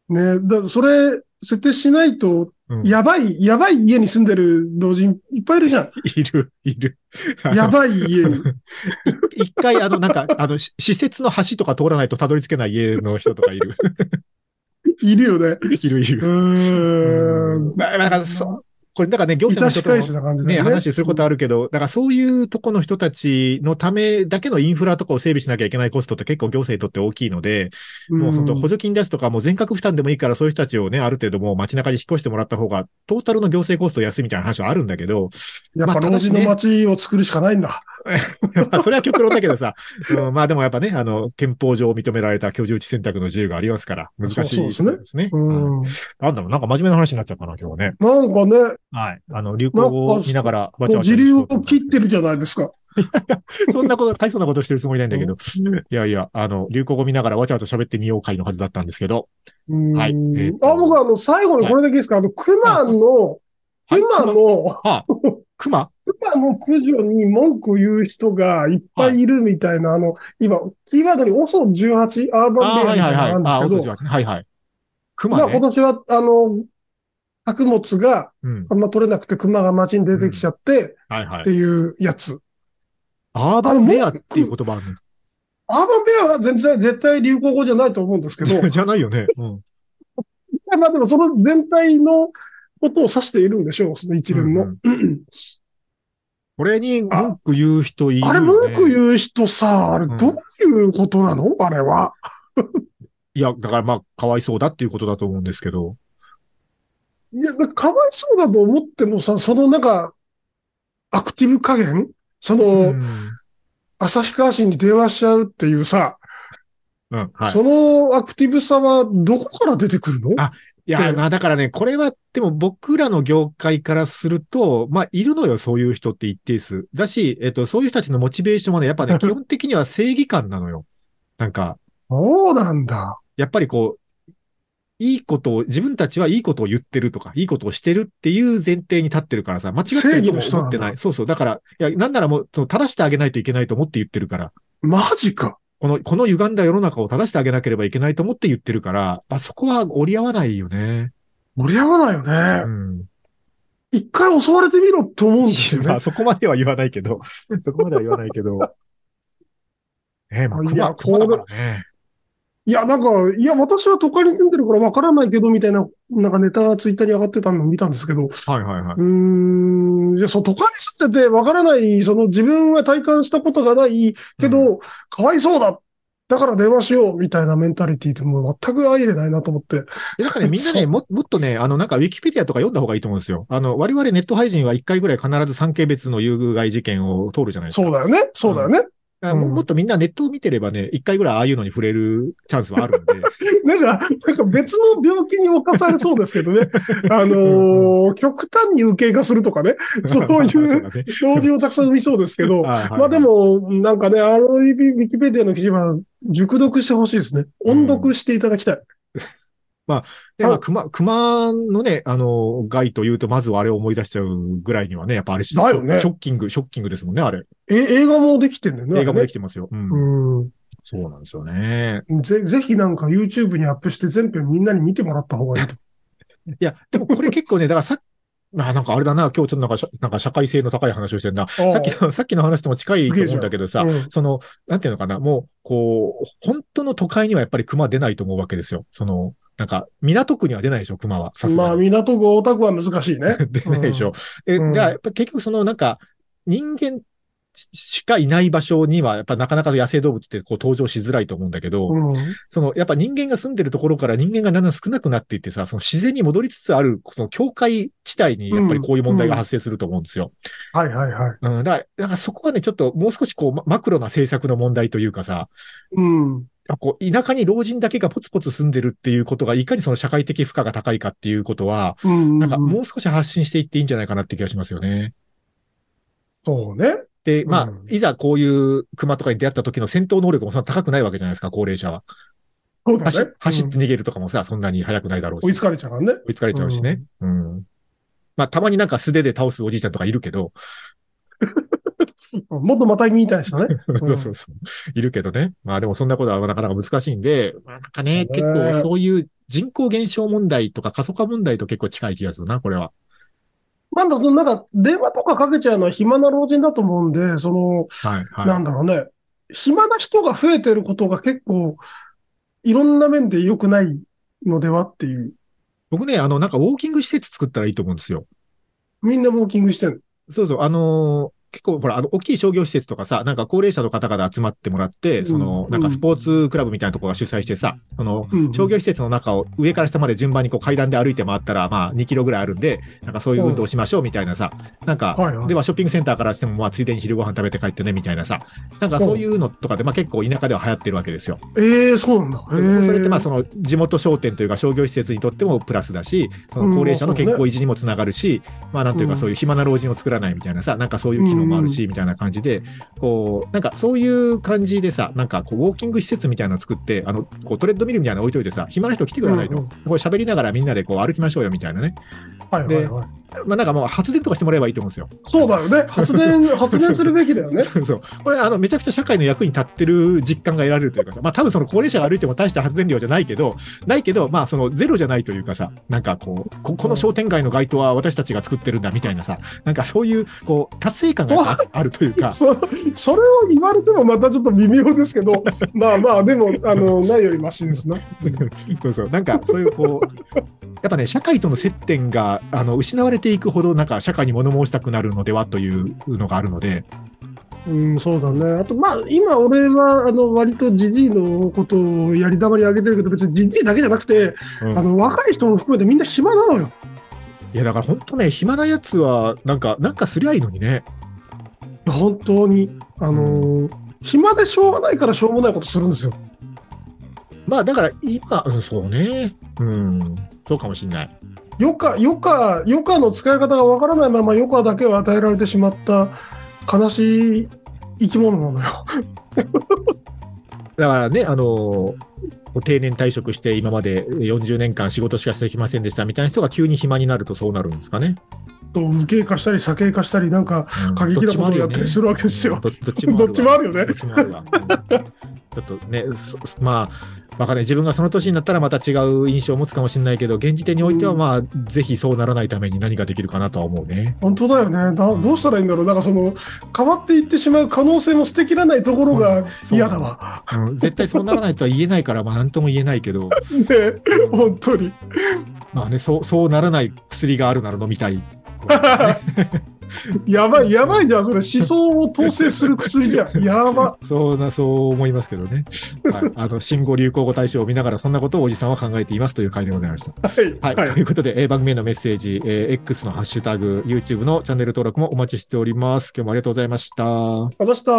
ねだそれ、設定しないと、うんやばい、やばい家に住んでる老人いっぱいいるじ ゃん。いる、いる。やばい家に。 一回、あの、なんか、あの、し施設の橋とか通らないとたどり着けない家の人とかいる。いるよね。 い る、いうる。ーん。まあ、だから、そう、これ、だからね、行い政たのし人返しとな感じもだね、よね。話することあるけど、だからそういうとこの人たちのためだけのインフラとかを整備しなきゃいけないコストって結構行政にとって大きいので、もう本当補助金出すとか、もう全額負担でもいいから、そういう人たちをね、ある程度もう街中に引っ越してもらった方が、トータルの行政コスト安いみたいな話はあるんだけど、やっぱ老人の街を作るしかないんだ。 まあ、それは極論だけどさ、うんまあでもやっぱね、あの、憲法上認められた居住地選択の自由がありますから、難しいそうそこうですねとですね。うはいん。なんだろう、なんか真面目な話になっちゃったな、今日ね。なんかね、はい。あの、流行語を見ながら、こわちゃうわちゃ自流を切ってるじゃないですか。 そんなこと、大層なことしてるつもりないんだけど。いやいや、あの、流行語見ながらわちゃわちゃ喋ってみよう会のはずだったんですけど。はいえいーとあ、僕あの、最後にこれだけいいですか、あの、熊の、はい熊の、あ、熊熊の駆除に文句を言う人がいっぱいいるみたいな、あの、今、キーワードに OSO18 アーあ、バンベアはみいはいいはい。たなのあ、なんおですとけじど、は。はいはい。まあ熊今ね。年は、あの、作物がうん。あんま取れなくて熊が街に出てきちゃってはいはっいて。いうやつ。アーバンベアっていう言葉あるアーバンベアは全然絶対流行語じゃないと思うんですけど、の じゃないよね。うん。 まあでもその全体のことを指しているんでしょう、その一連の。うんこれに文句言う人いるよ、あね。れ、文句言う人さ、あれ、んどういうことなのあれは。いや、だからまあ、かわいそうだっていうことだと思うんですけど。いや、なんかかわいそうだと思ってもさ、そのなんか、アクティブ加減その、うん。旭川市に電話しちゃうっていうさ、うん、はい。そのアクティブさはどこから出てくるのあいや、まあだからね、これは、でも僕らの業界からすると、まあいるのよ、そういう人って一定数。だし、えっと、そういう人たちのモチベーションはね、やっぱね、基本的には正義感なのよ。なんか、そうなんだ。やっぱりこう、いいことを、自分たちはいいことを言ってるとか、いいことをしてるっていう前提に立ってるからさ、間違ってるとも思って正義の人な。ないんそうそう。だから、いや、なんならもう、その正してあげないといけないと思って言ってるから。マジか。この、この歪んだ世の中を正してあげなければいけないと思って言ってるから、まあ、そこは折り合わないよね。盛り上がらないうよね。ん。一回襲われてみろって思うんですよ まあ、ね。そこまでは言わないけど、 そこまでは言わないけど。 ねえ、まあ、い熊、や熊だからね。いや、なんか、いや、私は都会に住んでるからわからないけど、みたいな、なんかネタがツイッターに上がってたのを見たんですけはど、。いはいはいうーん、いや、そう、都会に住んでてわからない、その自分が体感したことがないけど、かわいそうだ。だから電話しよう、みたいなメンタリティってもう全く相入れないなと思って。でなんか ね、みんなね、ももっとね、あの、なんか、ウィキペディアとか読んだ方がいいと思うんですよ。あの、我々ネット配信は一回ぐらい必ず産経別の優遇外事件を通るじゃないですか。そうだよね。そうだよね。だからもうんもっとみんなネットを見てればね、一回ぐらいああいうのに触れるチャンスはあるんで。なんか、なんか別の病気に侵されそうですけ どね。あのー極端に右傾化する とかね。そうい そううだね同時をたくさん見そうですけど。はいはいはいまあでも、なんかね、あのウィキペディアの記事は熟読してほしいですね。音読していただきたい。で、まあ、あ熊、熊のね、あの、害というと、まずはあれを思い出しちゃうぐらいにはね、やっぱあれ、シだよねョッキング、ショッキングですもんね、あれ。え、映画もできてんだよね。映画もできててますよ。うん。うん。そうなんですよね。ぜ、ぜひなんか YouTube にアップして全編みんなに見てもらった方がいいと。いや、でもこれ結構ね、だからさっき、まあなんかあれだな、今日ちょっとなんかしゃ、なんか社会性の高い話をしてんな。ささっきの、 さっきの話とも近いと思うんだけどさ、うんその、なんていうのかな、もう、こう、本当の都会にはやっぱり熊出ないと思うわけですよ。その、なんか、港区には出ないでしょ、熊は。さすがにまあ、港区、大田区は難し いね。出ないでしょ。え、うんじゃあ、やっぱ結局そのなんか、人間しかいない場所には、やっぱなかなか野生動物ってこう登場しづらいと思うんだけど、うん。その、やっぱ人間が住んでるところから人間がだんだん少なくなっていってさ、その自然に戻りつつある、その境界地帯にやっぱりこういう問題が発生すると思うんですよ。はいはいはい。うん、だから、だからそこはね、ちょっともう少しこう、まマクロな政策の問題というかさ、うん。こう、田舎に老人だけがポツポツ住んでるっていうことが、いかにその社会的負荷が高いかっていうことは、うん。なんかもう少し発信していっていいんじゃないかなって気がしますよね。そうね。で、まあ、うんいざこういう熊とかに出会った時の戦闘能力もそんな高くないわけじゃないですか、高齢者は。そうだ走ね。走っうんて逃げるとかもさ、そんなに速くないだろうし。追いつかれちゃうからね。追いつかれちゃうしね。うん。まあ、たまになんか素手で倒すおじいちゃんとかいるけど、もっとまたみたいな人 ね。そううんそうそう。いるけどね。まあでもそんなことはなかなか難しいんで、まあなんかね、ね結構そういう人口減少問題とか過疎化問題と結構近い気がするな、これは。まだそのなんか電話とかかけちゃうのは暇な老人だと思うんで、その、はい、はい。なんだろうね。暇な人が増えてることが結構、いろんな面で良くないのではっていう。僕ね、あの、なんかウォーキング施設作ったらいいと思うんですよ。みんなウォーキングしてる。そうそう、あのー結構ほら、あの、大きい商業施設とかさ、なんか高齢者の方々集まってもらって、うんその、なんかスポーツクラブみたいなところが主催してさ、その、うん商業施設の中を上から下まで順番にこう階段で歩いて回ったら、まあ2キロぐらいあるんで、なんかそういう運動をしましょうみたいなさ、なんか、はいはいではショッピングセンターからしても、まあついでに昼ご飯食べて帰ってねみたいなさ、なんかそういうのとかで、まあ結構田舎では流行ってるわけですよ。ええそうなんだ。えそれってまあそその地元商店というか商業施設にとってもプラスだし、その高齢者の健康維持にもつながるし、まあなんというかそういう暇な老人を作らないみたいなさ、なんかそういう機能もあるし、みたいな感じで、こう、なんかそういう感じでさ、なんかこうウォーキング施設みたいなのを作って、あの、こうトレッドミルみたいなの置いといてさ、暇な人来てくれないと、うんうんこう喋りながらみんなでこう歩きましょうよみたいなね。はいはいはい。まあなんかもう発電とかしてもらえばいいと思うんですよ。そうだよね。発 電、発電するべきだよね。 そう。これ、あの、めちゃくちゃ社会の役に立ってる実感が得られるというかさ、まあ多分その高齢者が歩いても大した発電量じゃないけど、ないけど、まあそのゼロじゃないというかさ、なんかこう、ここの商店街の街灯は私たちが作ってるんだみたいなさ、なんかそういう、こう、達成感がやつああるというか、 そそれを言われてもまたちょっと微妙ですけど、 まあまあ、でも、あの、ないよりマシですね。そうそう、なんかそういうこう、やっぱね、社会との接点があの失われていくほど、なんか社会に物申したくなるのではというのがあるので、うん、そうだね。あと、まあ、今、俺は、あの、割とジジイのことをやり玉にあげてるけど、別にジジイだけじゃなくて、うんあの、若い人も含めてみんな暇なのよ。いや、だから本当ね、暇なやつは、なんか、なんかすりゃいいのにね。本当に。あの、暇でしょうがないからしょうもないことするんですよ。まあ、だから今、うんそうね。うん、そうかもしんない。余暇、余暇、余暇の使い方がわからないまま余暇だけを与えられてしまった悲しい生き物なのよ。だからね、あのー定年退職して今まで40年間仕事しかしてきませんでしたみたいな人が急に暇になるとそうなるんですかね。と、無形化したり、左傾化したり、なんか、うん過激なことをやったりするわけですよどっちもあるねどどっちもあるよねどっちもあるわうんちょっとね、そまあ、わかんない。自分がその年になったらまた違う印象を持つかもしれないけど、現時点においては、うんまあ、ぜひそうならないために何ができるかなとは思うね。本当だよねなどうしたらいいんだろうなんかその変わっていってしまう可能性も捨てきらないところがそうな嫌のだ。わ。そうなのうん絶対そうならないとは言えないから、まあ、なんとも言えないけど、ね本当に。まあね、そう、そうならない薬があるなら飲みたい。やばいやばいじゃんそれ思想を統制する薬じゃん。やば。そうな、そう思いますけど ね。はい。あの、新語・流行語大賞を見ながら、そんなことをおじさんは考えていますという回でございました。はい。はい。ということで、えー番組へのメッセージ、えー X のハッシュタグ、YouTube のチャンネル登録もお待ちしております。今日もありがとうございました。あざした。